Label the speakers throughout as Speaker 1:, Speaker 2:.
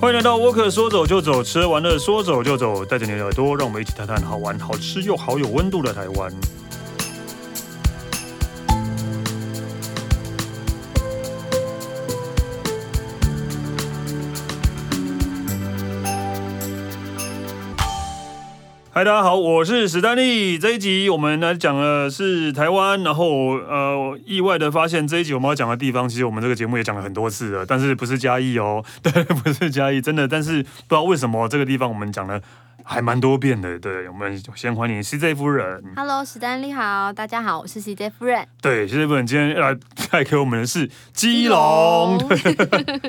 Speaker 1: 欢迎来到沃克，说走就走，吃完了说走就走，带着你的耳朵，让我们一起谈谈好玩、好吃又好有温度的台湾。嗨，大家好，我是史丹利。这一集我们来讲的是台湾，然后呃，我意外的发现这一集我们要讲的地方，其实我们这个节目也讲了很多次了，但是不是嘉义哦，对，不是嘉义，真的，但是不知道为什么这个地方我们讲了还蛮多遍的。对，我们先欢迎 CJ 夫人。
Speaker 2: Hello，史丹利好，大家好，我是 CJ 夫人。
Speaker 1: 对，谢谢夫人今天来带给我们的是基隆，
Speaker 2: 基隆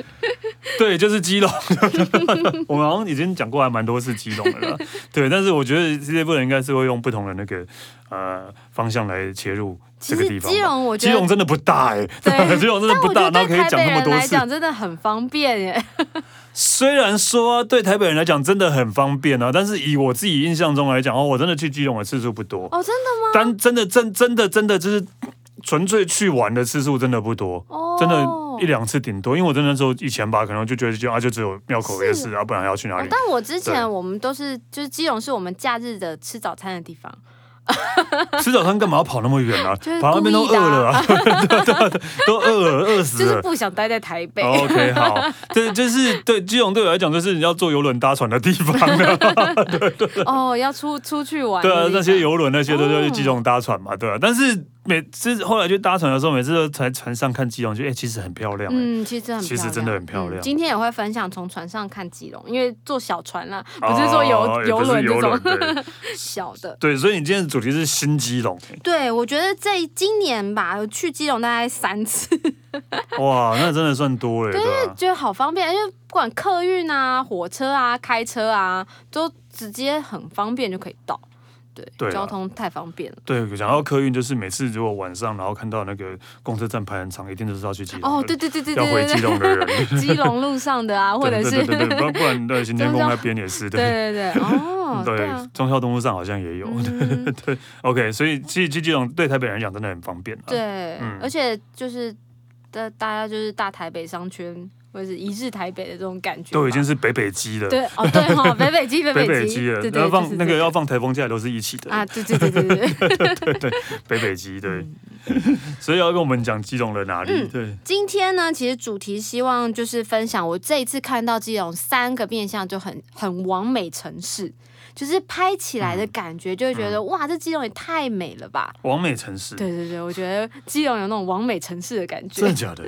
Speaker 1: 对，就是基隆。 我们好像已经讲过还蛮多次基隆 的了，对。但是我觉得 CJ 夫人应该是会用不同的那个呃方向来切入
Speaker 2: 其
Speaker 1: 这个地
Speaker 2: 实
Speaker 1: 方
Speaker 2: 基
Speaker 1: 吧。
Speaker 2: 隆，我觉
Speaker 1: 基
Speaker 2: 得
Speaker 1: 隆真的不大哎、
Speaker 2: 对
Speaker 1: 基隆真的
Speaker 2: 但
Speaker 1: 不
Speaker 2: 我
Speaker 1: 大，
Speaker 2: 觉得
Speaker 1: 然后可
Speaker 2: 对
Speaker 1: 以
Speaker 2: 台
Speaker 1: 讲
Speaker 2: 北
Speaker 1: 那么
Speaker 2: 人
Speaker 1: 多
Speaker 2: 来
Speaker 1: 次。
Speaker 2: 讲真的很方便耶。
Speaker 1: 虽然说啊对台北人来讲真的很方便啊，但是以我自己印象中来讲哦，我真的去基隆的次数不多，
Speaker 2: 哦，真的吗？
Speaker 1: 但真的真真的真的就是纯粹去玩的次数真的不多。
Speaker 2: 哦，
Speaker 1: 真的，一两次顶多，因为我真的那时候以前吧，可能就觉得就啊，就只有庙口夜市，
Speaker 2: 是
Speaker 1: 啊，不然还要去哪
Speaker 2: 哦
Speaker 1: 里？
Speaker 2: 但我之
Speaker 1: 对
Speaker 2: 前我们都是，就是基隆是我们假日的吃早餐的地方。
Speaker 1: 吃早餐干嘛要跑那么远啊？
Speaker 2: 就是
Speaker 1: 跑到那边都
Speaker 2: 故意
Speaker 1: 饿
Speaker 2: 的
Speaker 1: 了
Speaker 2: 啊
Speaker 1: 啊， 对对对都饿了，饿死
Speaker 2: 就是
Speaker 1: 了。哦
Speaker 2: 不想待在台北。
Speaker 1: OK，好，对，就是对基隆对我来讲，就是你要坐游轮搭船的地方啊
Speaker 2: 哦，要出出去玩的
Speaker 1: 对
Speaker 2: 地方。
Speaker 1: 啊，那些游轮那些
Speaker 2: 哦
Speaker 1: 都要去基隆搭船嘛，对啊。但是每次后来去搭船的时候，每次都在船上看基隆，就哎、其实很漂亮、哎
Speaker 2: 嗯，其实很漂
Speaker 1: 其
Speaker 2: 亮，
Speaker 1: 实真的很漂亮
Speaker 2: 嗯今天也会分享从船上看基隆，因为坐小船啦，不是坐游
Speaker 1: 哦也
Speaker 2: 游
Speaker 1: 不是
Speaker 2: 轮这
Speaker 1: 游轮，
Speaker 2: 种
Speaker 1: 对
Speaker 2: 小的。
Speaker 1: 对，所以你今天的主题是新基隆、哎
Speaker 2: 对，我觉得这一今年吧，我去基隆大概三次，
Speaker 1: 哇，那真的算多了、哎对啊。
Speaker 2: 觉得好方便，因为不管客运啊、火车啊、开车啊，都直接很方便就可以到。对，
Speaker 1: 对啊
Speaker 2: 交通太方便了。
Speaker 1: 对，讲到客运，就是每次如果晚上然后看到那个公车站排很长，一定都是要去基隆的
Speaker 2: 哦，对对对对
Speaker 1: 要
Speaker 2: 对
Speaker 1: 回
Speaker 2: 对
Speaker 1: 基
Speaker 2: 对
Speaker 1: 隆的 人，
Speaker 2: 对，基隆路上的啊，或者是
Speaker 1: 对对对对，不然不然对行天宫
Speaker 2: 中校
Speaker 1: 那边也是对。嗯
Speaker 2: 对对对，哦，对啊
Speaker 1: 对，，中孝东路上好像也有。
Speaker 2: 嗯
Speaker 1: 对，OK，所以其实去基隆对台北人来讲真的很方便、啊。，
Speaker 2: 对
Speaker 1: 嗯，
Speaker 2: 而且就是大大家就是大台北商圈，或者是一日台北的这种感觉吧，
Speaker 1: 都已经是北北基了，
Speaker 2: 对哦，对哈，北 北基，北
Speaker 1: 北北
Speaker 2: 基
Speaker 1: 基了，
Speaker 2: 对对，
Speaker 1: 要
Speaker 2: 就
Speaker 1: 放
Speaker 2: 是
Speaker 1: 那
Speaker 2: 这
Speaker 1: 个要放台风假都是一起的，
Speaker 2: 啊，对对对对对对。
Speaker 1: 北北基对
Speaker 2: 嗯。
Speaker 1: 所以要跟我们讲基隆的哪里？
Speaker 2: 嗯
Speaker 1: 对，
Speaker 2: 今天呢，其实主题希望就是分享我这一次看到基隆三个面向就很很完美城市，就是拍起来的感觉，就会觉得、哇，这基隆也太美了吧！
Speaker 1: 王美城市，
Speaker 2: 嗯对对对，我觉得基隆有那种完美城市的感
Speaker 1: 真的
Speaker 2: 觉，
Speaker 1: 假的？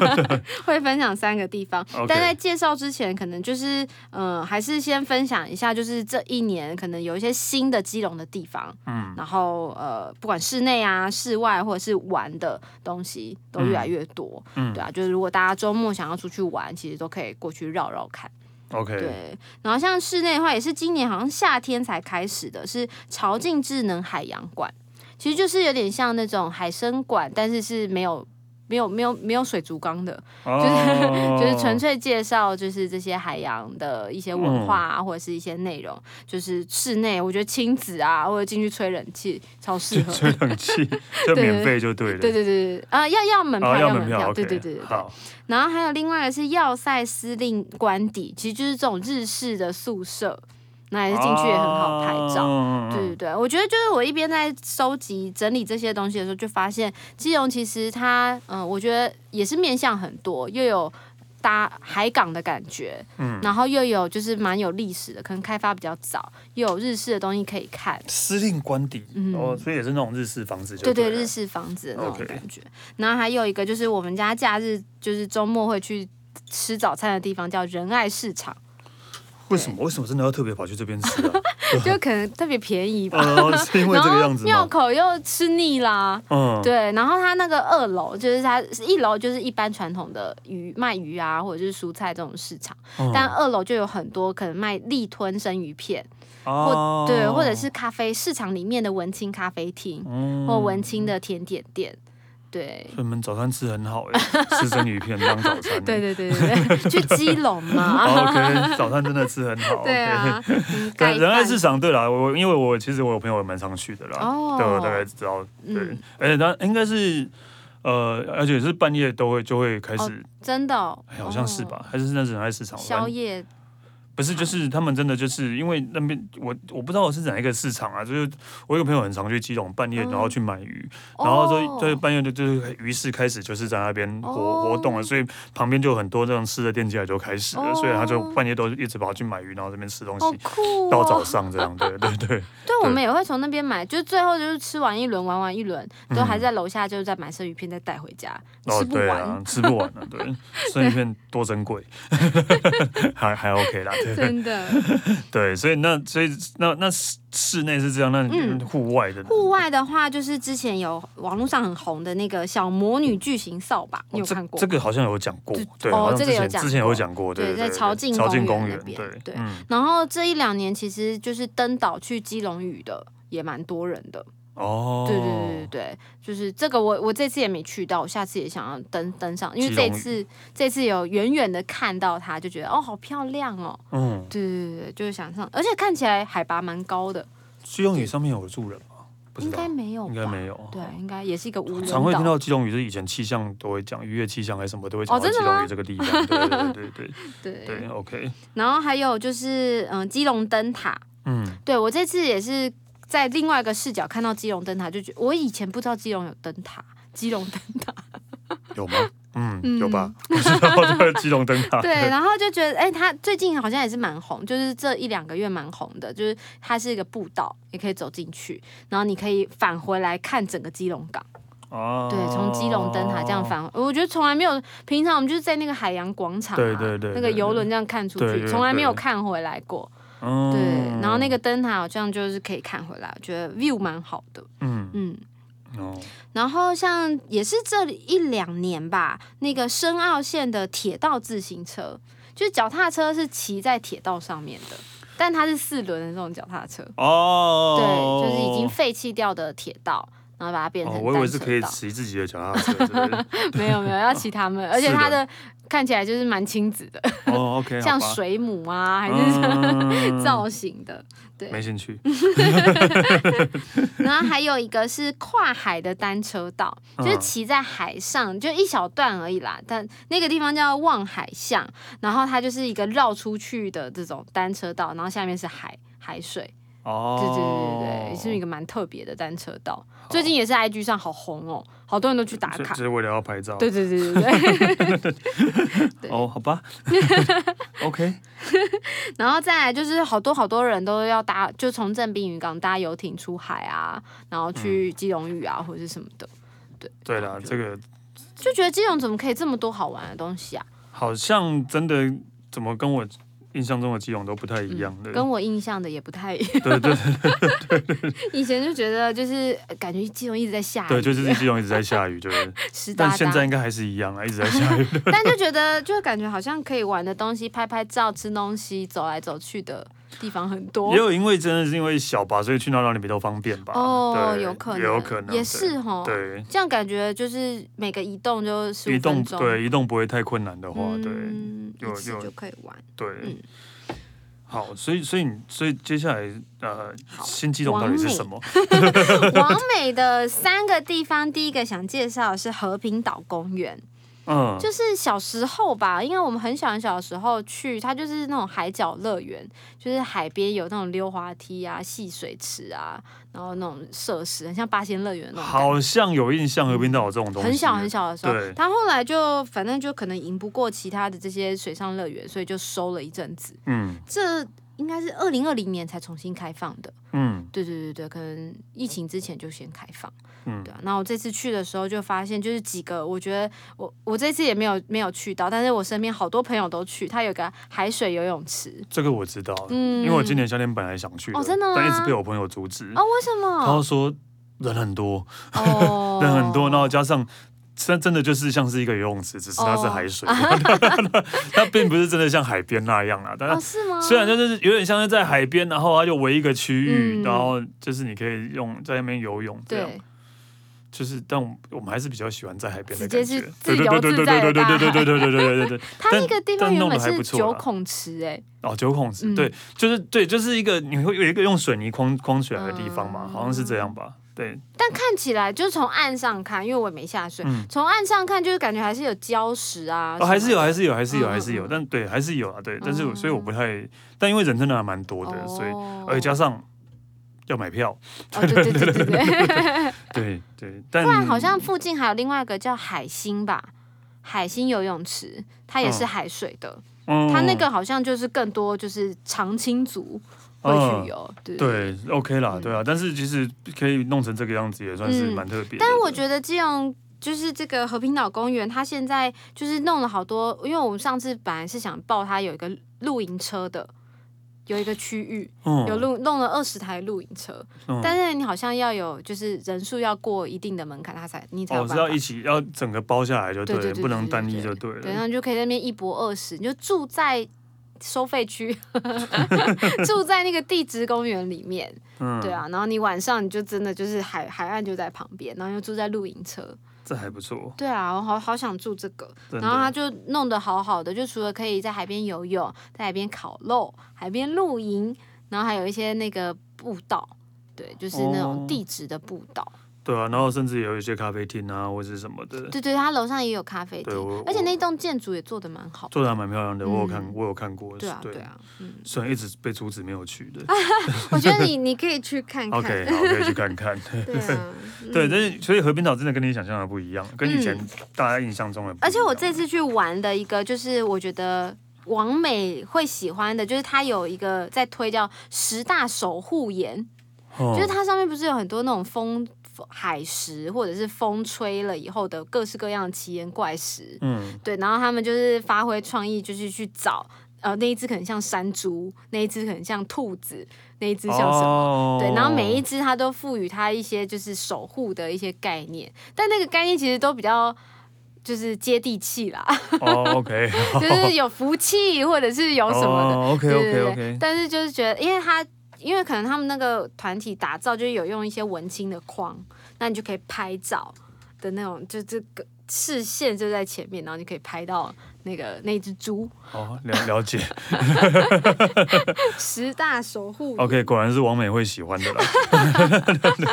Speaker 2: 会分享三个地方。
Speaker 1: OK
Speaker 2: 但在介绍之前，可能就是嗯、呃还是先分享一下，就是这一年可能有一些新的基隆的地方，
Speaker 1: 嗯，
Speaker 2: 然后呃，不管室内啊、室外或者是玩的东西都越来越多，
Speaker 1: 嗯
Speaker 2: 对啊，就是如果大家周末想要出去玩，其实都可以过去绕绕看，
Speaker 1: ，OK，
Speaker 2: 对。然后像室内的话，也是今年好像夏天才开始的，是潮境智能海洋馆，其实就是有点像那种海参馆，但是是没有没有没有没有水族缸的，
Speaker 1: 哦嗯
Speaker 2: 就是纯粹介绍，就是这些海洋的一些文化啊，或者是一些内容。就是室内，我觉得亲子啊，或者进去吹冷气超适合。
Speaker 1: 吹冷气 就免费就对了。
Speaker 2: 对对对对，对啊，要要门
Speaker 1: 哦，
Speaker 2: 票，
Speaker 1: 要
Speaker 2: 门
Speaker 1: 门票，
Speaker 2: 对
Speaker 1: OK，
Speaker 2: 对对对。对
Speaker 1: 好，
Speaker 2: 然后还有另外一个是要塞司令官邸，其实就是这种日式的宿舍，那也是进去也很好拍照。
Speaker 1: 照
Speaker 2: 对对对，我觉得就是我一边在收集整理这些东西的时候，就发现基隆其实它，嗯、我觉得也是面向很多，又有搭海港的感觉，
Speaker 1: 嗯
Speaker 2: 然后又有就是蛮有历史的，可能开发比较早，又有日式的东西可以看，
Speaker 1: 司令官邸，
Speaker 2: 嗯
Speaker 1: 哦，所以也是那种日式房子就
Speaker 2: 对
Speaker 1: 对
Speaker 2: 对，
Speaker 1: 了
Speaker 2: 日式房子的那种
Speaker 1: OK
Speaker 2: 感觉。然后还有一个就是我们家假日就是周末会去吃早餐的地方叫仁爱市 场，
Speaker 1: 为什么为什么真的要特别跑去这边吃 啊？
Speaker 2: 就可能特别便宜吧。
Speaker 1: 呃，是因为这个样子
Speaker 2: 然后庙
Speaker 1: 吗？
Speaker 2: 口又吃腻啦，
Speaker 1: 嗯，
Speaker 2: 对，然后它那个二楼就是它一楼就是一般传统的鱼卖鱼啊，或者是蔬菜这种市场，
Speaker 1: 嗯，
Speaker 2: 但二楼就有很多可能卖立吞生鱼片，
Speaker 1: 哦
Speaker 2: 对，或者是咖啡市场里面的文青咖啡厅、
Speaker 1: 嗯
Speaker 2: 或文青的甜点店，对。
Speaker 1: 所以你们早餐吃很好哎，吃生鱼片当早餐。 哦
Speaker 2: 对。对对对 对，去基隆 嘛，
Speaker 1: OK，早餐真的吃很好。
Speaker 2: 对啊
Speaker 1: OK，
Speaker 2: 嗯
Speaker 1: 对，仁爱
Speaker 2: 盖饭
Speaker 1: 市场对啦，我我因为我其实我有朋友也蛮常去的啦，
Speaker 2: 哦
Speaker 1: 对，我大概知道，对
Speaker 2: 嗯，
Speaker 1: 而且他应该是呃，而且是半夜都会就会开始，
Speaker 2: 哦真的哦、
Speaker 1: 哎，好像是吧？还是那是仁爱市场
Speaker 2: 哦？宵夜
Speaker 1: 不是，就是他们真的就是因为那边我我不知道是哪一个市场啊，就是我有个朋友很常去基隆半夜，
Speaker 2: 嗯
Speaker 1: 然后去买鱼，然后
Speaker 2: 哦
Speaker 1: 就就半夜就就是鱼市开始就是在那边活、
Speaker 2: 哦
Speaker 1: 活动了，啊所以旁边就有很多这种吃的店家就开始了，
Speaker 2: 哦
Speaker 1: 所以他就半夜都一直跑去买鱼，然后这边吃东西、
Speaker 2: 好酷、哦，
Speaker 1: 到早上这样，对对对，
Speaker 2: 对，我
Speaker 1: 对
Speaker 2: 们也会从那边买，就是最后就是吃完一轮，玩完一轮，都还在楼下，就是再买生鱼片再带回家，
Speaker 1: 嗯哦
Speaker 2: 吃不
Speaker 1: 对
Speaker 2: 完。
Speaker 1: 啊，吃不完啊， 对，生鱼片多珍贵， 还还 OK 啦，对对
Speaker 2: 真的，
Speaker 1: 对，所以那所以那那室室内是这样，那
Speaker 2: 嗯
Speaker 1: 户外的呢。哦
Speaker 2: 户外的话，就是之前有网络上很红的那个小魔女巨型扫把，你有
Speaker 1: 哦这
Speaker 2: 看过？
Speaker 1: 这个好像有讲过
Speaker 2: 这，
Speaker 1: 对，
Speaker 2: 哦
Speaker 1: 好像
Speaker 2: 这
Speaker 1: 之
Speaker 2: 个有
Speaker 1: 前
Speaker 2: 讲
Speaker 1: 之前有
Speaker 2: 过
Speaker 1: 讲过，
Speaker 2: 对
Speaker 1: 对，对
Speaker 2: 在
Speaker 1: 对
Speaker 2: 朝境
Speaker 1: 朝
Speaker 2: 公
Speaker 1: 境
Speaker 2: 园
Speaker 1: 公
Speaker 2: 那
Speaker 1: 园，
Speaker 2: 边
Speaker 1: 对，
Speaker 2: 对
Speaker 1: 嗯，
Speaker 2: 然后这一两年其实就是登岛去基隆屿的也蛮多人的，
Speaker 1: 哦，
Speaker 2: 对对对对对，就是这个我我这次也没去到，我下次也想要登登上，因为
Speaker 1: 基
Speaker 2: 这
Speaker 1: 隆屿
Speaker 2: 次这次有远远的看到它，就觉得哦好漂亮哦，
Speaker 1: 嗯，
Speaker 2: 对对对，就是想上，而且看起来海拔蛮高的，
Speaker 1: 基隆屿上面有住人吗？不知
Speaker 2: 应
Speaker 1: 道
Speaker 2: 该，没有，
Speaker 1: 应该没。有。
Speaker 2: 对，应该也是一个无人岛。
Speaker 1: 常会听到基隆屿是以前气象都会讲，渔业气象还是什么都会
Speaker 2: 哦
Speaker 1: 讲到
Speaker 2: 真
Speaker 1: 基
Speaker 2: 的
Speaker 1: 隆
Speaker 2: 吗
Speaker 1: 屿这个地方，对对对对
Speaker 2: 对，
Speaker 1: 对对，OK，
Speaker 2: 然后还有就是，嗯，基隆灯塔，
Speaker 1: 嗯，
Speaker 2: 对我这次也是在另外一个视角看到基隆灯塔，就觉得我以前不知道基隆有灯塔，基隆灯塔，
Speaker 1: 有吗？嗯，有吧？不知道啊对基隆灯塔，
Speaker 2: 对，然后就觉得，哎，它最近好像也是蛮红，就是这一两个月蛮红的，就是它是一个步道，你可以走进去，然后你可以返回来看整个基隆港。
Speaker 1: 哦，
Speaker 2: 对，从基隆灯塔这样返，我觉得从来没有，平常我们就是在那个海洋广场、啊，
Speaker 1: 对对对
Speaker 2: 那个
Speaker 1: 对
Speaker 2: 游轮这样看出
Speaker 1: 对
Speaker 2: 去，
Speaker 1: 对
Speaker 2: 从来没有
Speaker 1: 对
Speaker 2: 看回来过。
Speaker 1: 嗯，
Speaker 2: 对，然后那个灯塔好像就是可以看回来，我觉得 view 蛮好的。
Speaker 1: 嗯
Speaker 2: 嗯，
Speaker 1: 哦，
Speaker 2: 然后像也是这一两年吧，那个深澳线的铁道自行车，就是脚踏车是骑在铁道上面的，但它是四轮的这种脚踏车，对，
Speaker 1: 哦，
Speaker 2: 就是已经废弃掉的铁道。然后把它变成
Speaker 1: 哦，
Speaker 2: 单车
Speaker 1: 我
Speaker 2: 道、
Speaker 1: 以为是可以骑自己的脚踏车之类的，
Speaker 2: 没有没有，要骑他们，而且
Speaker 1: 是的
Speaker 2: 它的看起来就是蛮亲子的，
Speaker 1: 哦，OK，好
Speaker 2: 像
Speaker 1: 吧
Speaker 2: 水母啊，还是
Speaker 1: 嗯，
Speaker 2: 造型的。
Speaker 1: 没兴趣。
Speaker 2: 然后还有一个是跨海的单车道，
Speaker 1: 嗯
Speaker 2: 就是骑在海上，就一小段而已啦。但那个地方叫望海巷，然后它就是一个绕出去的这种单车道，然后下面是海海水。
Speaker 1: 哦
Speaker 2: 对对对对对，也是
Speaker 1: 个
Speaker 2: 一个蛮特别的单车道。最近也是 IG 上好红哦，好多人都去打卡
Speaker 1: 只。是为了要拍照。
Speaker 2: 对对对对对。对
Speaker 1: 哦，好吧，OK，
Speaker 2: 然后再来就是好多好多人都要搭，就从正滨渔港搭游艇出海啊，然后
Speaker 1: 嗯
Speaker 2: 去基隆屿啊、或者是什么的，
Speaker 1: 对啦，这个
Speaker 2: 就觉得基隆怎么可以这么多好玩的东西啊？
Speaker 1: 好像真的怎么跟我印象中的基隆都不太一样的。
Speaker 2: 跟我印象的也不太一样。
Speaker 1: 嗯对对
Speaker 2: 以前就觉得就是呃感觉基隆一直在下雨，
Speaker 1: 对，就是基隆一直在下雨，对不对。
Speaker 2: 湿哒
Speaker 1: 但
Speaker 2: 哒，
Speaker 1: 现 在应该还是一样啊，一直在 下雨。
Speaker 2: 但就觉得就感觉好像可以玩的东西、拍拍照、吃东西、走来走去的地方很多
Speaker 1: 也。有因为真的是因为小吧，所以去那哪里比较方便吧。
Speaker 2: 哦，
Speaker 1: 对
Speaker 2: 有可能，
Speaker 1: 也有可能，
Speaker 2: 也
Speaker 1: 对
Speaker 2: 是哦。
Speaker 1: 对。
Speaker 2: 这样感觉就是每个移动就十
Speaker 1: 移
Speaker 2: 五分
Speaker 1: 动
Speaker 2: 钟，
Speaker 1: 对移动不会太困难的话，对，
Speaker 2: 嗯，
Speaker 1: 有
Speaker 2: 一次
Speaker 1: 有
Speaker 2: 就可以玩。
Speaker 1: 对
Speaker 2: 嗯，
Speaker 1: 好，所以所以你所以接下来呃，
Speaker 2: 好
Speaker 1: 新基隆到底是什么？
Speaker 2: 王美的三个地方，第一个想介绍的是和平岛公园，
Speaker 1: 嗯，
Speaker 2: 就是小时候吧，因为我们很小很小的时候去，它就是那种海角乐园，就是海边有那种溜滑梯啊、戏水池啊，然后那种设施，很像八仙乐园那种感觉。
Speaker 1: 好像有印象，河滨岛有这种东西，啊
Speaker 2: 很小很小的时候
Speaker 1: 对，
Speaker 2: 他后来就反正就可能赢不过其他的这些水上乐园，所以就收了一阵子。
Speaker 1: 嗯
Speaker 2: 这应该是二零二零年才重新开放的。
Speaker 1: 嗯
Speaker 2: 对对对对，可能疫情之前就先开放。
Speaker 1: 嗯
Speaker 2: 对啊，那我这次去的时候就发现，就是几个，我觉得我我这次也没有没有去到，但是我身边好多朋友都去，它有个海水游泳池
Speaker 1: 这个我知道，
Speaker 2: 嗯
Speaker 1: 因为我今年夏天本来想去
Speaker 2: 哦真的吗
Speaker 1: 但一直被我朋友阻止，
Speaker 2: 哦，为什
Speaker 1: 他
Speaker 2: 么？
Speaker 1: 说人很多，
Speaker 2: 哦
Speaker 1: 人很多，然后加上。真真的就是像是一个游泳池，只是它是
Speaker 2: 哦
Speaker 1: 海水，它并不是真的像海边那样啦。但它
Speaker 2: 哦是吗？
Speaker 1: 啊虽然就是有点像是在海边，然后它就围一个区域，
Speaker 2: 嗯
Speaker 1: 然后就是你可以用在那边游泳这样。
Speaker 2: 对，
Speaker 1: 就是，但我们我们还是比较喜欢在海边的
Speaker 2: 直
Speaker 1: 感觉
Speaker 2: 接是。
Speaker 1: 对对
Speaker 2: 自
Speaker 1: 对对
Speaker 2: 由
Speaker 1: 对
Speaker 2: 自
Speaker 1: 对
Speaker 2: 在
Speaker 1: 对
Speaker 2: 的
Speaker 1: 对
Speaker 2: 大海
Speaker 1: 对对对对对对对。
Speaker 2: 它
Speaker 1: 但
Speaker 2: 那个地方
Speaker 1: 但
Speaker 2: 原
Speaker 1: 弄得
Speaker 2: 本
Speaker 1: 还不
Speaker 2: 是
Speaker 1: 错
Speaker 2: 九
Speaker 1: 啦
Speaker 2: 孔池哎，
Speaker 1: 哦，九孔池，
Speaker 2: 嗯
Speaker 1: 对，就是对，就是一个你会有一个用水泥框框起来的地方嘛，
Speaker 2: 嗯
Speaker 1: 好像是这样吧？对，
Speaker 2: 但看起来就是从岸上看，因为我也没下水，从、岸上看就是感觉还是有礁石啊，
Speaker 1: 嗯哦，还是
Speaker 2: 有
Speaker 1: 有，还是有，还是有，
Speaker 2: 嗯
Speaker 1: 还是有，
Speaker 2: 嗯
Speaker 1: 但对，还是有啊，对，但是我
Speaker 2: 嗯
Speaker 1: 所以我不太，但因为人真的还蛮多的，所以而且加上要买 票，
Speaker 2: 哦，对对对 对对，
Speaker 1: 对对，
Speaker 2: 不然
Speaker 1: 但
Speaker 2: 好像附近还有另外一个叫海星吧。海星游泳池，它也是
Speaker 1: 嗯
Speaker 2: 海水的，
Speaker 1: 嗯
Speaker 2: 它那个好像就是更多就是常青族会去游，对
Speaker 1: 嗯对 OK 啦，
Speaker 2: 嗯
Speaker 1: 对啊，但是其实可以弄成这个样子也算是
Speaker 2: 嗯
Speaker 1: 蛮特别的。
Speaker 2: 但是我觉得基隆就是这个和平岛公园，它现在就是弄了好多，因为我们上次本来是想报它有一个露营车的。有一个区域
Speaker 1: 嗯
Speaker 2: 有露弄了二十台露营车，
Speaker 1: 嗯
Speaker 2: 但是你好像要有就是人数要过一定的门槛，它才你才有
Speaker 1: 哦
Speaker 2: 办
Speaker 1: 是
Speaker 2: 法。
Speaker 1: 要一起要整个包下来就
Speaker 2: 对
Speaker 1: 对
Speaker 2: 对
Speaker 1: 了，
Speaker 2: 对
Speaker 1: 不
Speaker 2: 对
Speaker 1: 能
Speaker 2: 对
Speaker 1: 单
Speaker 2: 对
Speaker 1: 一就对
Speaker 2: 对，啊然
Speaker 1: 了。
Speaker 2: 后你就可以在那边一泊二食，你就住在收费区， 住在那个地质公园里面，
Speaker 1: 嗯，
Speaker 2: 对啊，然后你晚上你就真的就是海海岸就在旁边，然后又住在露营车，
Speaker 1: 这还不错，
Speaker 2: 对啊，我好好想住这个，
Speaker 1: 真
Speaker 2: 然后他
Speaker 1: 的。
Speaker 2: 就弄得好好的，就除了可以在海边游泳，在海边烤肉、海边露营，然后还有一些那个步道，对，就是那种
Speaker 1: 哦
Speaker 2: 地质的步道。
Speaker 1: 对啊，然后甚至也有一些咖啡厅啊，或者是什么的，
Speaker 2: 对对，他楼上也有咖啡厅
Speaker 1: 对我，
Speaker 2: 而且那栋建筑也做得蛮好。
Speaker 1: 做的还蛮漂亮的，我有看，
Speaker 2: 嗯
Speaker 1: 我有看过。
Speaker 2: 对啊，对，啊，嗯，
Speaker 1: 虽然一直被阻止没有去 的。
Speaker 2: 我觉得你你可以去看看。
Speaker 1: OK，好，可以去看 看。
Speaker 2: 对 啊，嗯
Speaker 1: 对，但是所以和平岛真的跟你想象的不一样，跟以前大家印象中的不一样。
Speaker 2: 而且我这次去玩的一个，就是我觉得王美会喜欢的，就是它有一个在推叫十大守护岩。
Speaker 1: 哦
Speaker 2: 就是它上面不是有很多那种风风海石，或者是风吹了以后的各式各样的奇岩怪石，
Speaker 1: 嗯，
Speaker 2: 对，然后他们就是发挥创意，就是去找，呃，那一只可能像山猪，那一只可能像兔子，那一只像什么。
Speaker 1: 哦
Speaker 2: 对，然后每一只它都赋予它一些就是守护的一些概念，但那个概念其实都比较就是接地气 啦，
Speaker 1: 哦，OK，好
Speaker 2: 就是有福气或者是有什么的，
Speaker 1: 哦，OK
Speaker 2: 对对
Speaker 1: OK
Speaker 2: 对
Speaker 1: OK，
Speaker 2: 但是就是觉得，因为他因为可能他们那个团体打造就是有用一些文青的框，那你就可以拍照的那种，就这个视线就在前面，然后你可以拍到那个那只猪
Speaker 1: 哦，了了解
Speaker 2: 十大守护。
Speaker 1: ，OK，果然是王美会喜欢 的啦。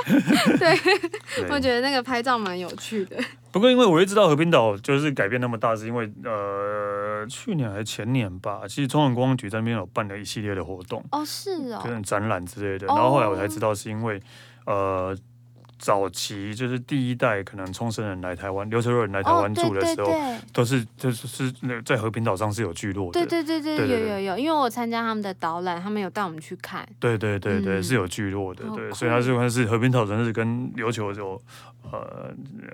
Speaker 1: 对
Speaker 2: 我觉得那个拍照蛮有趣的，
Speaker 1: 不过，因为我一直知道和平岛就是改变那么大，是因为呃，去年还是前年吧，其实中央观光局在那边有办了一系列的活动，
Speaker 2: 哦，是
Speaker 1: 可
Speaker 2: 哦，
Speaker 1: 能展览之类的。
Speaker 2: 哦
Speaker 1: 然后后来我才知道，是因为呃，早期就是第一代可能冲绳人来台湾、琉球人来台
Speaker 2: 哦，
Speaker 1: 湾
Speaker 2: 对
Speaker 1: 住的
Speaker 2: 对
Speaker 1: 时候，
Speaker 2: 对，
Speaker 1: 都是就是是那在和平岛上是有聚落的
Speaker 2: 对。对对对，
Speaker 1: 对对
Speaker 2: 有有
Speaker 1: 对
Speaker 2: 有，因为我参加他们的导览，他们有带我们去看，
Speaker 1: 对对对对，
Speaker 2: 嗯
Speaker 1: 是有聚落的
Speaker 2: 好，
Speaker 1: 对，
Speaker 2: 酷哦
Speaker 1: 所以它是它是和平岛真是跟琉球有呃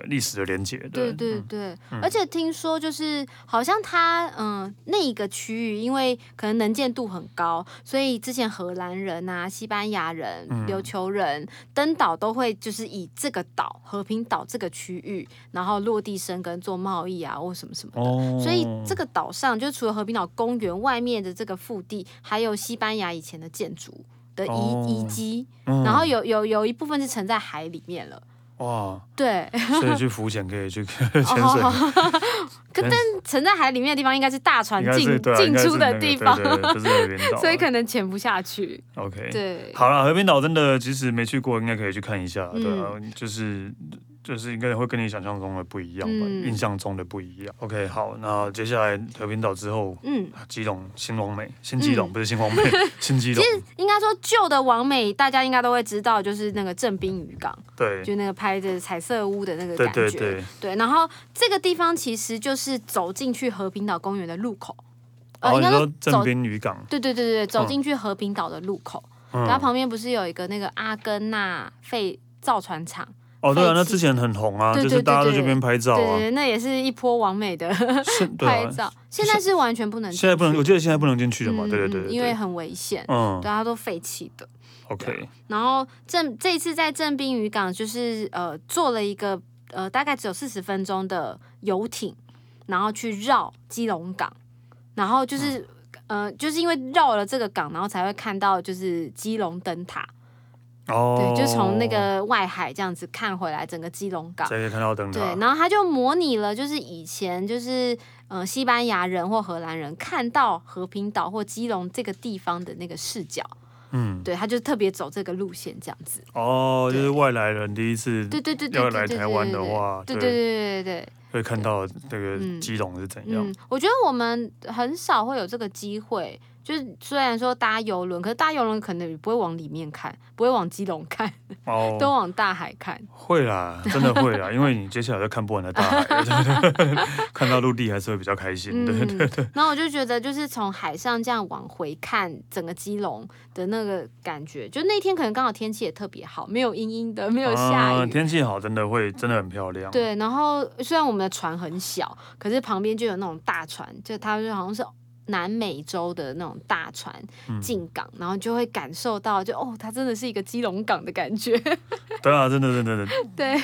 Speaker 1: 历史的连接的。
Speaker 2: 对对
Speaker 1: 嗯
Speaker 2: 对，而且听说就是好像它嗯、那一个区域，因为可能能见度很高，所以之前荷兰人啊、西班牙人、
Speaker 1: 嗯
Speaker 2: 琉球人登岛都会就是以这个岛和平岛这个区域，然后落地生根做贸易啊或什么什么的。
Speaker 1: 哦，
Speaker 2: 所以这个岛上，就除了和平岛公园外面的这个腹地，还有西班牙以前的建筑的遗、遗
Speaker 1: 哦
Speaker 2: 迹，
Speaker 1: 嗯
Speaker 2: 然后有有有一部分是沉在海里面了。
Speaker 1: 哇，
Speaker 2: 对，
Speaker 1: 所以去浮潜可以去 潜
Speaker 2: 哦
Speaker 1: 水，
Speaker 2: 可但沉在海里面的地方应该是大船
Speaker 1: 应该
Speaker 2: 进
Speaker 1: 是对啊应
Speaker 2: 进
Speaker 1: 该是
Speaker 2: 出
Speaker 1: 那
Speaker 2: 的
Speaker 1: 个对
Speaker 2: 地方，
Speaker 1: 对对不是和平岛啊，
Speaker 2: 所以可能潜不下去。
Speaker 1: OK。
Speaker 2: 对，
Speaker 1: 好了，和平岛真的，即使没去过，应该可以去看一下，
Speaker 2: 嗯
Speaker 1: 对啊，就是就是应该会跟你想象中的不一样吧，
Speaker 2: 嗯
Speaker 1: 印象中的不一样。OK，好，那接下来和平岛之后，啊
Speaker 2: 嗯，
Speaker 1: 基隆、新王美、新基隆、
Speaker 2: 嗯
Speaker 1: 不是新 王美，新基隆，
Speaker 2: 应该说旧的王美大家应该都会知道，就是那个正滨渔港，
Speaker 1: 对
Speaker 2: 就那个拍着彩色屋的那个
Speaker 1: 对
Speaker 2: 感觉。
Speaker 1: 对对，
Speaker 2: 对然后这个地方其实就是走进去和平岛公园的入口，呃
Speaker 1: 然后哦你
Speaker 2: 应该
Speaker 1: 说
Speaker 2: 说
Speaker 1: 正
Speaker 2: 走。
Speaker 1: 滨渔港，
Speaker 2: 对对对对，走
Speaker 1: 嗯
Speaker 2: 进去和平岛的入口，然后
Speaker 1: 嗯，
Speaker 2: 旁边不是有一个那个阿根那废造船厂？
Speaker 1: 哦对啊，
Speaker 2: 废
Speaker 1: 那
Speaker 2: 弃
Speaker 1: 之前很红啊，
Speaker 2: 对
Speaker 1: 就
Speaker 2: 对
Speaker 1: 是大家都
Speaker 2: 对
Speaker 1: 去
Speaker 2: 对
Speaker 1: 那边拍照
Speaker 2: 对
Speaker 1: 啊
Speaker 2: 对，对，那也是一波完美的
Speaker 1: 现对
Speaker 2: 拍
Speaker 1: 啊，
Speaker 2: 照。现在是完全不能进去，
Speaker 1: 现在不能，我记得现在不能进去了嘛，
Speaker 2: 嗯
Speaker 1: 对对对
Speaker 2: 嗯
Speaker 1: 对，
Speaker 2: 因为
Speaker 1: 对
Speaker 2: 很危险，
Speaker 1: 嗯
Speaker 2: 对，它啊都废弃的。
Speaker 1: ，OK，
Speaker 2: 然后正这一次在正滨渔港，就是呃做了一个呃大概只有四十分钟的游艇，然后去绕基隆港，然后就是、
Speaker 1: 嗯
Speaker 2: 呃就是因为绕了这个港，然后才会看到就是基隆灯塔，
Speaker 1: 哦，
Speaker 2: 对，就从那个外海这样子看回来整个基隆港。
Speaker 1: 才可以看到灯塔，
Speaker 2: 对，然后他就模拟了，就是以前就是呃西班牙人或荷兰人看到和平岛或基隆这个地方的那个视角，
Speaker 1: 嗯，
Speaker 2: 对，他就特别走这个路线这样子。
Speaker 1: 哦，就
Speaker 2: 对
Speaker 1: 是外来人第一次
Speaker 2: 对对对对
Speaker 1: 要
Speaker 2: 对
Speaker 1: 来
Speaker 2: 对对
Speaker 1: 台湾的
Speaker 2: 对
Speaker 1: 话，
Speaker 2: 对对对对对
Speaker 1: 会看到这个
Speaker 2: 嗯
Speaker 1: 基隆是怎
Speaker 2: 对，
Speaker 1: 样
Speaker 2: 嗯。，我觉得我们很少会有这个机会。就是虽然说搭游轮，可是搭游轮可能也不会往里面看，不会往基隆看，
Speaker 1: 哦，
Speaker 2: 都往大海看。
Speaker 1: 会啦，真的会 啦，因为你接下来就看不完的大海了，对对对 看到陆地还是会比较开心。对
Speaker 2: 嗯
Speaker 1: 对对，
Speaker 2: 然后我就觉得，就是从海上这样往回看整个基隆的那个感觉，就那天可能刚好天气也特别好，没有阴阴的，没有下
Speaker 1: 啊
Speaker 2: 雨。
Speaker 1: 天气好真的会真的很漂亮。
Speaker 2: 对，然后虽然我们的船很小，可是旁边就有那种大船，就它就好像是南美洲的那种大船
Speaker 1: 嗯
Speaker 2: 进港，然后就会感受到就，哦，它真的是一个基隆港的感觉。
Speaker 1: 对啊，真的真的真的，
Speaker 2: 对，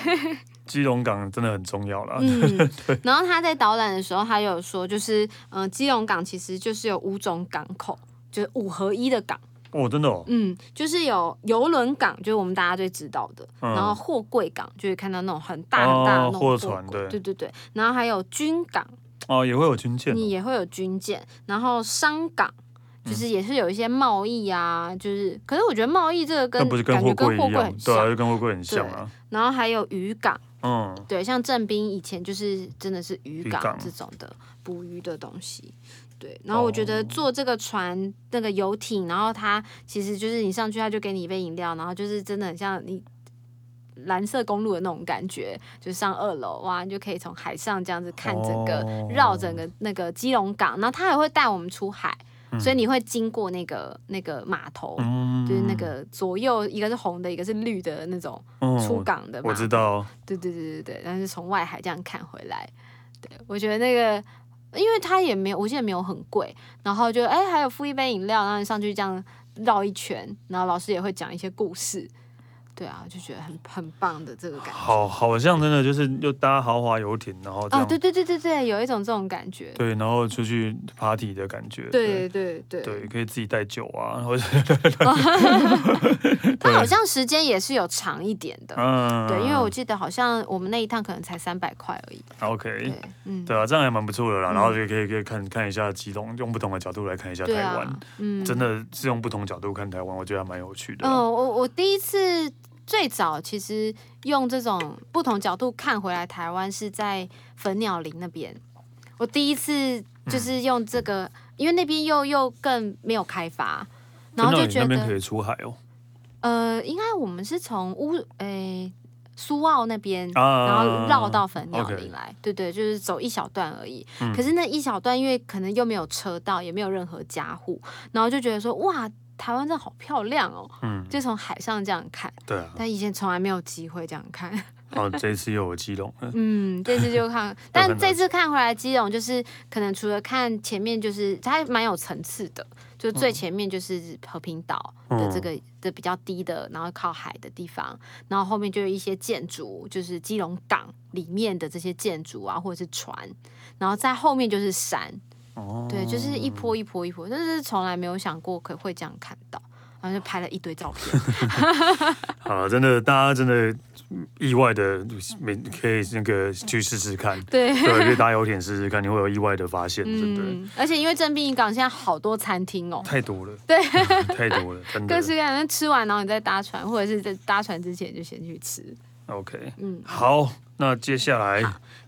Speaker 1: 基隆港真的很重要啦。
Speaker 2: 嗯， 然后他在导览的时候，他有说，就是嗯、呃基隆港其实就是有五种港口，就是五合一的港。
Speaker 1: 哦，真的哦，
Speaker 2: 嗯，就是有游轮港，就是我们大家最知道的，
Speaker 1: 嗯
Speaker 2: 然后货柜港就会看到那种很大很大的那
Speaker 1: 哦
Speaker 2: 种
Speaker 1: 货
Speaker 2: 货
Speaker 1: 船
Speaker 2: 柜
Speaker 1: 对
Speaker 2: 对对对，然后还有军港，
Speaker 1: 哦也会有军舰哦，
Speaker 2: 你也会有军舰，然后商港。
Speaker 1: 嗯
Speaker 2: 就是也是有一些贸易啊，就是，可是我觉得贸易这个
Speaker 1: 但
Speaker 2: 跟
Speaker 1: 不是跟
Speaker 2: 感觉
Speaker 1: 货
Speaker 2: 跟
Speaker 1: 柜
Speaker 2: 货
Speaker 1: 一
Speaker 2: 柜
Speaker 1: 样
Speaker 2: 很，
Speaker 1: 对啊，
Speaker 2: 像，
Speaker 1: 就跟货柜很像啊。
Speaker 2: 然后还有渔港，
Speaker 1: 嗯，
Speaker 2: 对，像郑斌以前就是真的是渔
Speaker 1: 渔港
Speaker 2: 港这种的捕鱼的东西。对，然后我觉得
Speaker 1: 哦
Speaker 2: 坐这个船那个游艇，然后它其实就是你上去，它就给你一杯饮料，然后就是真的很像你蓝色公路的那种感觉，就上二楼哇，你就可以从海上这样子看整个、
Speaker 1: 哦
Speaker 2: 绕整个那个基隆港，然后它还会带我们出海，
Speaker 1: 嗯
Speaker 2: 所以你会经过那个那个码头，
Speaker 1: 嗯
Speaker 2: 就是那个左右一个是红的，一个是绿的那种出
Speaker 1: 嗯，
Speaker 2: 港的码头。
Speaker 1: 我知道，
Speaker 2: 对对对对对，但是从外海这样看回来，对我觉得那个，因为它也没有，我记得没有很贵，然后就哎还有付一杯饮料，然后你上去这样绕一圈，然后老师也会讲一些故事，对啊，我就觉得很很棒的这个感觉
Speaker 1: 好好像真的就是又搭豪华游艇，然后这
Speaker 2: 啊，
Speaker 1: 样
Speaker 2: 对对对对对，有一种这种感觉，
Speaker 1: 对，然后出去 party 的感觉。
Speaker 2: 对对对
Speaker 1: 对，可以自己带酒啊，或者
Speaker 2: 它好像时间也是有长一点的，
Speaker 1: 嗯，
Speaker 2: 对，因为我记得好像我们那一趟可能才三百块而已，
Speaker 1: OK，
Speaker 2: 对，嗯，
Speaker 1: 对啊，这样还蛮不错的啦。
Speaker 2: 嗯
Speaker 1: 然后就可以可以看看一下基隆，用不同的角度来看一下
Speaker 2: 对
Speaker 1: 台
Speaker 2: 啊
Speaker 1: 湾，，
Speaker 2: 嗯，
Speaker 1: 真的是用不同角度看台湾，我觉得还蛮有趣的
Speaker 2: 嗯，
Speaker 1: 啦。
Speaker 2: 我我第一次最早其实用这种不同角度看回来台湾是在粉鸟林那边，我第一次
Speaker 1: 嗯
Speaker 2: 就是用这个，因为那边又又更没有开发，然后
Speaker 1: 真的
Speaker 2: 就
Speaker 1: 哦你
Speaker 2: 觉
Speaker 1: 那边可
Speaker 2: 得
Speaker 1: 以出海哦。
Speaker 2: 呃，应该我们是从乌诶苏澳那边。
Speaker 1: 啊，
Speaker 2: 然后绕到粉鸟
Speaker 1: OK 嗯
Speaker 2: 林来对对，就是走一小段而已。可是那一小段，因为可能又没有车道，也没有任何家户，然后就觉得说，哇，台湾真的好漂亮哦！
Speaker 1: 嗯，
Speaker 2: 就从海上这样看，
Speaker 1: 对啊，
Speaker 2: 但以前从来没有机会这样看。
Speaker 1: 然后这一次又有基隆了，
Speaker 2: 嗯，这次就看，但这次看回来基隆就是可能除了看前面，就是它还蛮有层次的，就最前面就是和平岛的
Speaker 1: 嗯
Speaker 2: 这个的比较低的，然后靠海的地方，然后后面就有一些建筑，就是基隆港里面的这些建筑啊，或者是船，然后在后面就是山，
Speaker 1: 哦，
Speaker 2: 对，就是一波一波一波，但是从来没有想过可会这样看到，然后就拍了一堆照片。
Speaker 1: 啊，真的，大家真的意外的，没可以那个去试试看，
Speaker 2: 对
Speaker 1: 对，可以搭游艇试试看，你会有意外的发现，真的
Speaker 2: 嗯，而且因为正滨港现在好多餐厅哦，
Speaker 1: 太多了， 嗯
Speaker 2: 对，
Speaker 1: 太多了，真
Speaker 2: 各
Speaker 1: 的
Speaker 2: 式。各样的，吃完然后你再搭船，或者是在搭船之前就先去吃。
Speaker 1: OK，
Speaker 2: 嗯，
Speaker 1: 好，那接下来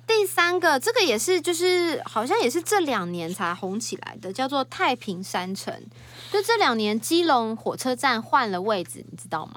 Speaker 2: 第三个，这个也是就是好像也是这两年才红起来的，叫做太平山城。就这两年基隆火车站换了位置，你知道吗？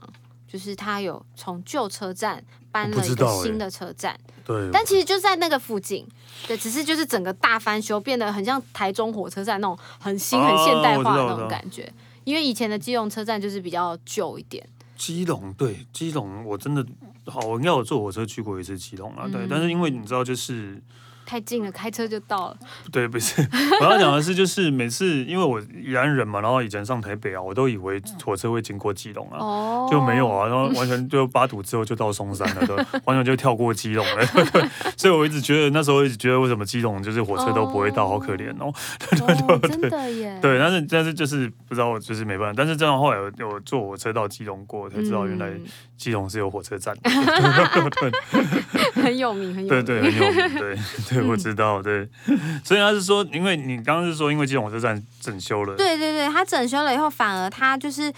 Speaker 2: 就是它有从旧车站搬
Speaker 1: 我
Speaker 2: 了
Speaker 1: 不知
Speaker 2: 一
Speaker 1: 道
Speaker 2: 个
Speaker 1: 欸
Speaker 2: 新的车站，
Speaker 1: 对，
Speaker 2: 但其实就在那个附近，对，只是就是整个大翻修，变得很像台中火车站那种很新、
Speaker 1: 哦
Speaker 2: 很现代化
Speaker 1: 我
Speaker 2: 的
Speaker 1: 知道
Speaker 2: 那
Speaker 1: 我知道
Speaker 2: 种感觉。
Speaker 1: 哦
Speaker 2: 因为以前的基隆车站就是比较旧一点，
Speaker 1: 基隆，对基隆，我真的好，我应该有坐火车去过一次基隆啊，对，
Speaker 2: 嗯
Speaker 1: 但是因为你知道，就是
Speaker 2: 太近了，开车就到了。
Speaker 1: 对，不是我要讲的是，就是每次因为我宜兰人嘛，然后以前上台北啊，我都以为火车会经过基隆啊，
Speaker 2: 哦，
Speaker 1: 就没有。 啊，然后完全就八堵之后就到松山了，对，完全就跳过基隆了， 对，所以我一直觉得那时候一直觉得为什么基隆就是火车都不会到，好可怜哦。
Speaker 2: 哦，真的耶。
Speaker 1: 对，但是但是就是不知道，就是没办法。但是这样后来有有坐火车到基隆过，才
Speaker 2: 嗯，
Speaker 1: 知道原来基隆是有火车站的。
Speaker 2: 很有名，很有
Speaker 1: 对对，
Speaker 2: 名。
Speaker 1: 很有名。 对对，我知道。对，所以他是说，因为你刚刚是说，因为基隆火车站整修了，
Speaker 2: 对对对，它整修了以后，反而它就是。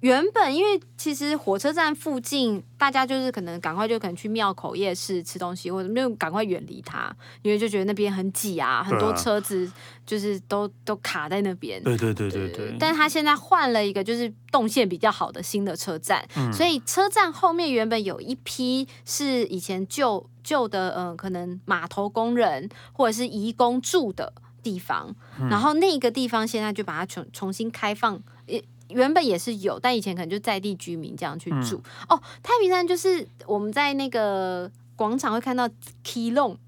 Speaker 2: 原本因为其实火车站附近，大家就是可能赶快就可能去庙口夜市吃东西，或者没有赶快远离它，因为就觉得那边很挤啊，很多
Speaker 1: 对啊
Speaker 2: 车子就是都都卡在那边。
Speaker 1: 对对对对对，
Speaker 2: 但他现在换了一个就是动线比较好的新的车站，
Speaker 1: 嗯
Speaker 2: 所以车站后面原本有一批是以前旧旧的，呃，可能码头工人或者是移工住的地方，
Speaker 1: 嗯
Speaker 2: 然后那个地方现在就把它重重新开放，也原本也是有，但以前可能就在地居民这样去住。
Speaker 1: 嗯
Speaker 2: 哦，太平山就是我们在那个广场会看到 Key l o n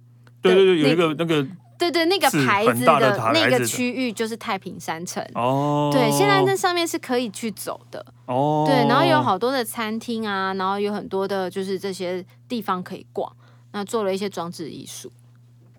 Speaker 1: 对对对，
Speaker 2: 那
Speaker 1: 有一个那个
Speaker 2: 对对，那个
Speaker 1: 是
Speaker 2: 牌
Speaker 1: 很
Speaker 2: 子
Speaker 1: 大的
Speaker 2: 的
Speaker 1: 塔
Speaker 2: 那
Speaker 1: 牌
Speaker 2: 个
Speaker 1: 子的
Speaker 2: 区域就是太平山城。
Speaker 1: 哦，
Speaker 2: 对，现在那上面是可以去走的，
Speaker 1: 哦，
Speaker 2: 对，然后有好多的餐厅啊，然后有很多的就是这些地方可以逛，那做了一些装置艺术，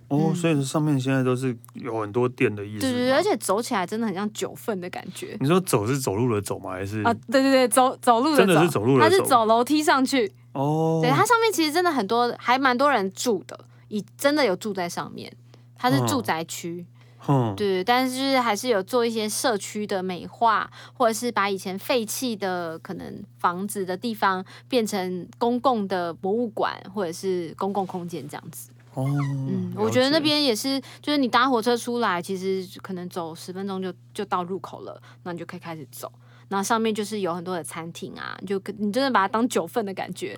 Speaker 1: 哦，所以上面现在都是有很多店的意思
Speaker 2: 嗯对
Speaker 1: 吗。
Speaker 2: 对对，而且走起来真的很像九份的感觉
Speaker 1: 你说走是走路的走吗？还是
Speaker 2: 啊，对对对，走走路的
Speaker 1: 真的是走路的
Speaker 2: 它是
Speaker 1: 走
Speaker 2: 走楼梯上去，
Speaker 1: 哦？
Speaker 2: 对，它上面其实真的很多，还蛮多人住的，以真的有住在上面，它是
Speaker 1: 嗯
Speaker 2: 住宅区，
Speaker 1: 哼，
Speaker 2: 对，但是还是有做一些社区的美化，或者是把以前废弃的可能房子的地方变成公共的博物馆或者是公共空间这样子。
Speaker 1: 哦，
Speaker 2: 嗯，
Speaker 1: 了
Speaker 2: 我觉得那
Speaker 1: 解
Speaker 2: 边也是，就是你搭火车出来，其实可能走十分钟就就到入口了，那你就可以开始走。然后上面就是有很多的餐厅啊，你就跟你真的把它当九份的感觉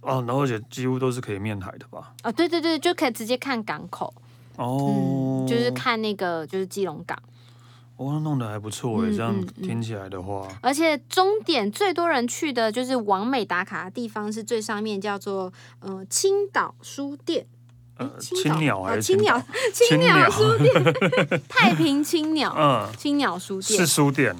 Speaker 1: 哦，然后而且几乎都是可以面海的吧？
Speaker 2: 啊，对对对，就可以直接看港口，
Speaker 1: 哦，
Speaker 2: 嗯，就是看那个就是基隆港。
Speaker 1: 哇，弄得还不错哎，
Speaker 2: 嗯
Speaker 1: 这样
Speaker 2: 嗯嗯
Speaker 1: 听起来的话，
Speaker 2: 而且终点最多人去的就是往美打卡的地方是最上面，叫做呃青岛书店。诶
Speaker 1: 呃，
Speaker 2: 青
Speaker 1: 青
Speaker 2: 岛
Speaker 1: 鸟
Speaker 2: 哦
Speaker 1: 还是
Speaker 2: 青鸟
Speaker 1: 岛？
Speaker 2: 青
Speaker 1: 青
Speaker 2: 鸟
Speaker 1: 鸟
Speaker 2: 书店， 太平青鸟
Speaker 1: 嗯，
Speaker 2: 青鸟书
Speaker 1: 是
Speaker 2: 店，
Speaker 1: 书店，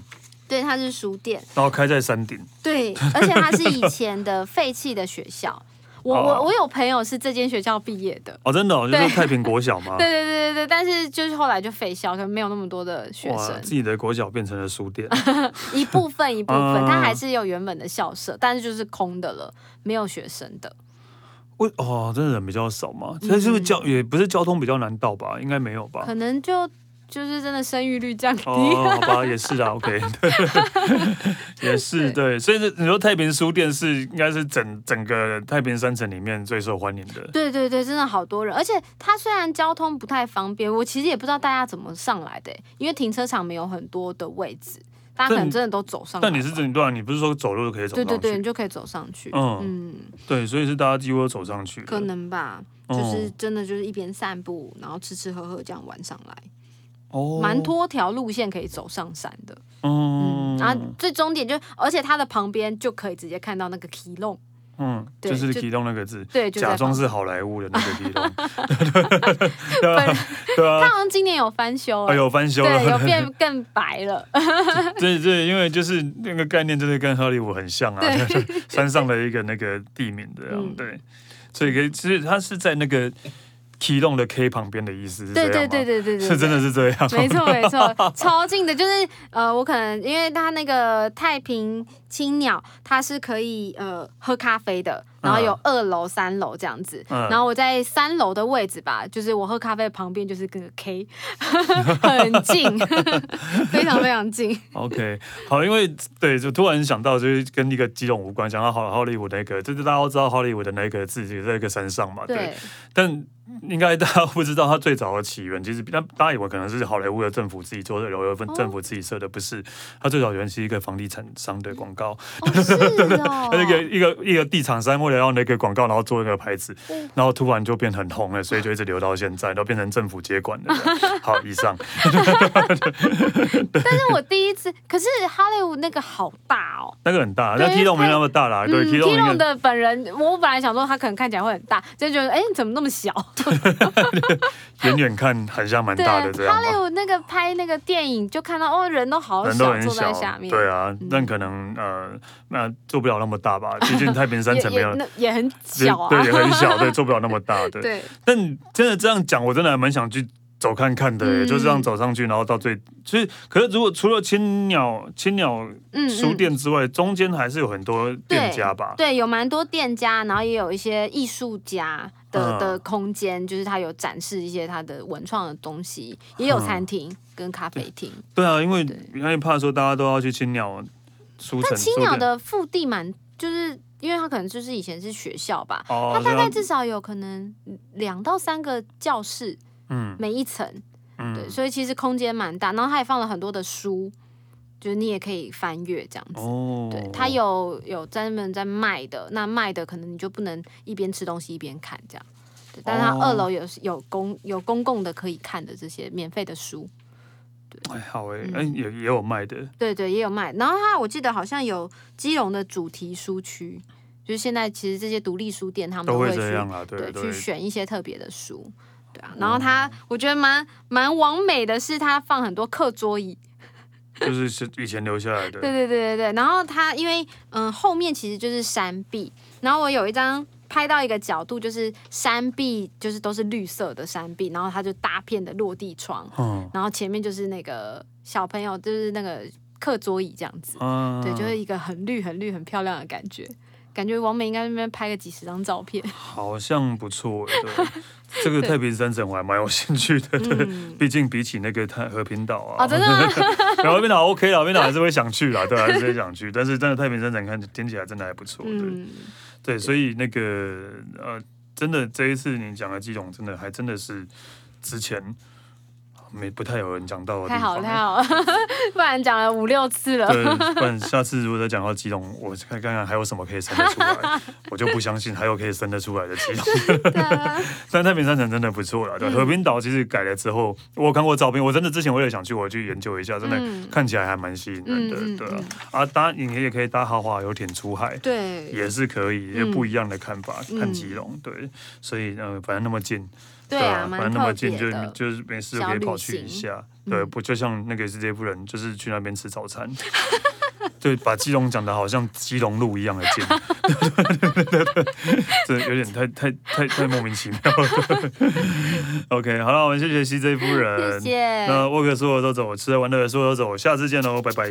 Speaker 2: 对，它是书店，
Speaker 1: 然后开在山顶。
Speaker 2: 对，而且它是以前的废弃的学校。我我
Speaker 1: 哦
Speaker 2: 我有朋友是这间学校毕业的，
Speaker 1: 哦，真的、哦，就
Speaker 2: 对
Speaker 1: 是太平国小吗？
Speaker 2: 对对对对对，但是就是后来就废校，可能没有那么多的学
Speaker 1: 哇，
Speaker 2: 生，
Speaker 1: 自己的国小变成了书 店，
Speaker 2: 一部分一部分，
Speaker 1: 嗯
Speaker 2: 它还是有原本的校舍，但是就是空的了，没有学生的。
Speaker 1: 为哦，真的人比较少嘛，所以是不是交、也不是交通比较难到吧？应该没有吧？
Speaker 2: 嗯可能就就是真的生育率降低。
Speaker 1: 哦，好吧，也是啦，OK，对，也是对，所以是你说太平书店是应该是整整个太平山城里面最受欢迎的，
Speaker 2: 对对对，真的好多人，而且它虽然交通不太方便，我其实也不知道大家怎么上来的，欸因为停车场没有很多的位置，大家可能真的都走上来
Speaker 1: 但
Speaker 2: 吧。
Speaker 1: 你是整段，你不是说走路就可以走
Speaker 2: 对
Speaker 1: 上去？
Speaker 2: 对对，你就可以走上去。
Speaker 1: 嗯
Speaker 2: 嗯，
Speaker 1: 对所以是大家几乎都走上去的。
Speaker 2: 可能吧，就是
Speaker 1: 哦
Speaker 2: 真的就是一边散步，然后吃吃喝喝这样玩上来，
Speaker 1: 哦，
Speaker 2: 蛮多条路线可以走上山的。嗯，
Speaker 1: 嗯，
Speaker 2: 然后最终点就，而且它的旁边就可以直接看到那个 Key l o n
Speaker 1: 嗯，
Speaker 2: 对
Speaker 1: 就是
Speaker 2: 就
Speaker 1: 启动那个字。
Speaker 2: 对，就在
Speaker 1: 假装
Speaker 2: 旁
Speaker 1: 是好莱坞的那个地 方，啊对啊，对
Speaker 2: 它
Speaker 1: 啊，
Speaker 2: 好像今年有翻修
Speaker 1: 哎
Speaker 2: 了，
Speaker 1: 呦，翻修了
Speaker 2: 对，，有变更白了。
Speaker 1: 对对，因为就是那个概念，真的跟好莱坞很像啊， 山上的一个那个地名这样，
Speaker 2: 嗯
Speaker 1: 对，所以可以，其实它是在那个 K 洞的 K 旁边的意 思，是这
Speaker 2: 对
Speaker 1: 样
Speaker 2: 对
Speaker 1: 吗？
Speaker 2: 对对对对，
Speaker 1: 是真的
Speaker 2: 是。
Speaker 1: 是这样，
Speaker 2: 没错没错，超近的，就是呃，我可能因为它那个太平青鸟，它是可以呃喝咖啡的，然后有二楼、三楼这样子，
Speaker 1: 嗯
Speaker 2: 然后我在三楼的位置吧，就是我喝咖啡旁边就是跟个 K，很近， 非常非常近。
Speaker 1: OK，好，因为对，就突然想到，就是跟一个基隆无关，想到好好莱坞那个，就是大家都知道好莱坞的那个自己在一个山上嘛，对。
Speaker 2: 对，
Speaker 1: 但应该大家不知道它最早的起源，其 实大大家以为可能是好莱坞的政府自己做的，有有份
Speaker 2: 哦
Speaker 1: 政府自己设的，不是。它最早原是一个房地产商的广告，
Speaker 2: 哦是哦，
Speaker 1: 它那个一个一个地产商为了要那个广告，然后做一个牌子
Speaker 2: 嗯，
Speaker 1: 然后突然就变很红了，所以就一直留到现在，都变成政府接管的。 好，以上。
Speaker 2: 但是我第一次，可是好莱坞那个好大哦，
Speaker 1: 那个很大，
Speaker 2: 对
Speaker 1: 那 T 洞没那么大啦，对
Speaker 2: 嗯
Speaker 1: T 洞
Speaker 2: T
Speaker 1: 应
Speaker 2: o
Speaker 1: 该
Speaker 2: 的本人，我本来想说他可能看起来会很大，就觉得哎、诶怎么那么 小？
Speaker 1: 远远看很像蛮
Speaker 2: 对，
Speaker 1: 大的这样
Speaker 2: 他
Speaker 1: 嘛
Speaker 2: 那，有那个拍那个电影就看到哦，人都好
Speaker 1: 人都
Speaker 2: 小，
Speaker 1: 很
Speaker 2: 坐在
Speaker 1: 小
Speaker 2: 下，面，嗯
Speaker 1: 对啊，但可能呃，那做不了那么大 吧，毕竟太平山
Speaker 2: 也
Speaker 1: 城没
Speaker 2: 也
Speaker 1: 有。
Speaker 2: 那也很小啊，
Speaker 1: 对，也很小， 对，做不了那么大，对。
Speaker 2: 对
Speaker 1: 但真的这样讲，我真的还蛮想去走看看的、
Speaker 2: 嗯
Speaker 1: 就这样走上去，然后到最，所以可是如果除了青鸟青鸟
Speaker 2: 嗯
Speaker 1: 书。
Speaker 2: 嗯
Speaker 1: 店之外，中间还是有很多店家吧？
Speaker 2: 对，有蛮多店家，然后也有一些艺术家的、
Speaker 1: 嗯
Speaker 2: 的空间，就是他有展示一些他的文创的东西，也有餐厅跟咖啡厅。
Speaker 1: 嗯对啊，因为因为怕说大家都要去青鸟。书城
Speaker 2: 但青
Speaker 1: 书
Speaker 2: 鸟
Speaker 1: 店
Speaker 2: 的腹地蛮，就是因为它可能就是以前是学校吧，
Speaker 1: 哦
Speaker 2: 它，大概
Speaker 1: 这样
Speaker 2: 至少有可能两到三个教室，
Speaker 1: 嗯
Speaker 2: 每一层，对，
Speaker 1: 嗯
Speaker 2: 所以其实空间蛮大。然后它也放了很多的书，就是你也可以翻阅这样子。
Speaker 1: 哦，
Speaker 2: 对，它有有专门在卖的，那卖的可能你就不能一边吃东西一边看这样。对，但是它
Speaker 1: 哦
Speaker 2: 二楼有有公有公共的可以看的这些免费的书，
Speaker 1: 哎好哎
Speaker 2: 嗯
Speaker 1: 哎也也有卖的
Speaker 2: 对对，也有卖。然后它我记得好像有基隆的主题书区，就是现在其实这些独立书店他们
Speaker 1: 都
Speaker 2: 会
Speaker 1: 会
Speaker 2: 去
Speaker 1: 这样啦，对
Speaker 2: 对
Speaker 1: 对
Speaker 2: 去选一些特别的书，对啊。然后它我觉得蛮蛮完美的是它放很多课桌椅，
Speaker 1: 就是是以前留下来的
Speaker 2: 对对对对对。然后它因为嗯后面其实就是山壁，然后我有一张。拍到一个角度，就是山壁，就是都是绿色的山壁，然后它就大片的落地窗，
Speaker 1: 嗯
Speaker 2: 然后前面就是那个小朋友，就是那个课桌椅这样子。
Speaker 1: 啊
Speaker 2: 对，就是一个很绿、很绿、很漂亮的感觉。感觉王美应该在那边拍个几十张照片。
Speaker 1: 好像不错哎，对 这个太平山城我还蛮有兴趣的，对，
Speaker 2: 嗯，
Speaker 1: 毕竟比起那个太和平岛啊，
Speaker 2: 哦，真的吗？
Speaker 1: 然后那边岛 OK 啦，那 边岛还是会想去啦，对，还是会想去。但是真的太平山城看听起来真的还不错，对
Speaker 2: 嗯，
Speaker 1: 对，所以那个呃，真的这一次你讲的基隆，真的还真的是之前没不太有人讲到的地
Speaker 2: 太好了，
Speaker 1: 方。
Speaker 2: 太好了， 不然讲了五六次了。
Speaker 1: 对，不然下次如果再讲到基隆，我看看看还有什么可以生得出来，我就不相信还有可以生得出来的基隆。
Speaker 2: 对啊，
Speaker 1: 但太平山城真的不错了，对，
Speaker 2: 嗯
Speaker 1: 和平岛其实改了之后，我有看过照片，我真的之前为了想去，我去研究一下，真的
Speaker 2: 嗯
Speaker 1: 看起来还蛮吸引人的，
Speaker 2: 嗯嗯
Speaker 1: 对
Speaker 2: 嗯
Speaker 1: 啊，啊，搭你也可以搭豪华游艇出海。
Speaker 2: 对，
Speaker 1: 也是可以，也不一样的看法，
Speaker 2: 嗯
Speaker 1: 看基隆，对，所以呃，反正那么近，
Speaker 2: 对啊，
Speaker 1: 啊，反
Speaker 2: 蛮
Speaker 1: 正那么
Speaker 2: 特
Speaker 1: 近，
Speaker 2: 别
Speaker 1: 就
Speaker 2: 的。
Speaker 1: 就是没事就
Speaker 2: 小
Speaker 1: 可以
Speaker 2: 旅
Speaker 1: 跑去一
Speaker 2: 行
Speaker 1: 下，对，
Speaker 2: 嗯
Speaker 1: 不就像那个世界夫人，就是去那边吃早餐， 对，把基隆讲的好像基隆路一样的近， 这有点太太太太莫名其妙了。OK，好了，我们谢谢 CJ 夫人，
Speaker 2: 谢谢
Speaker 1: 那沃克说走就走，吃喝玩乐说走就走，下次见喽，拜拜。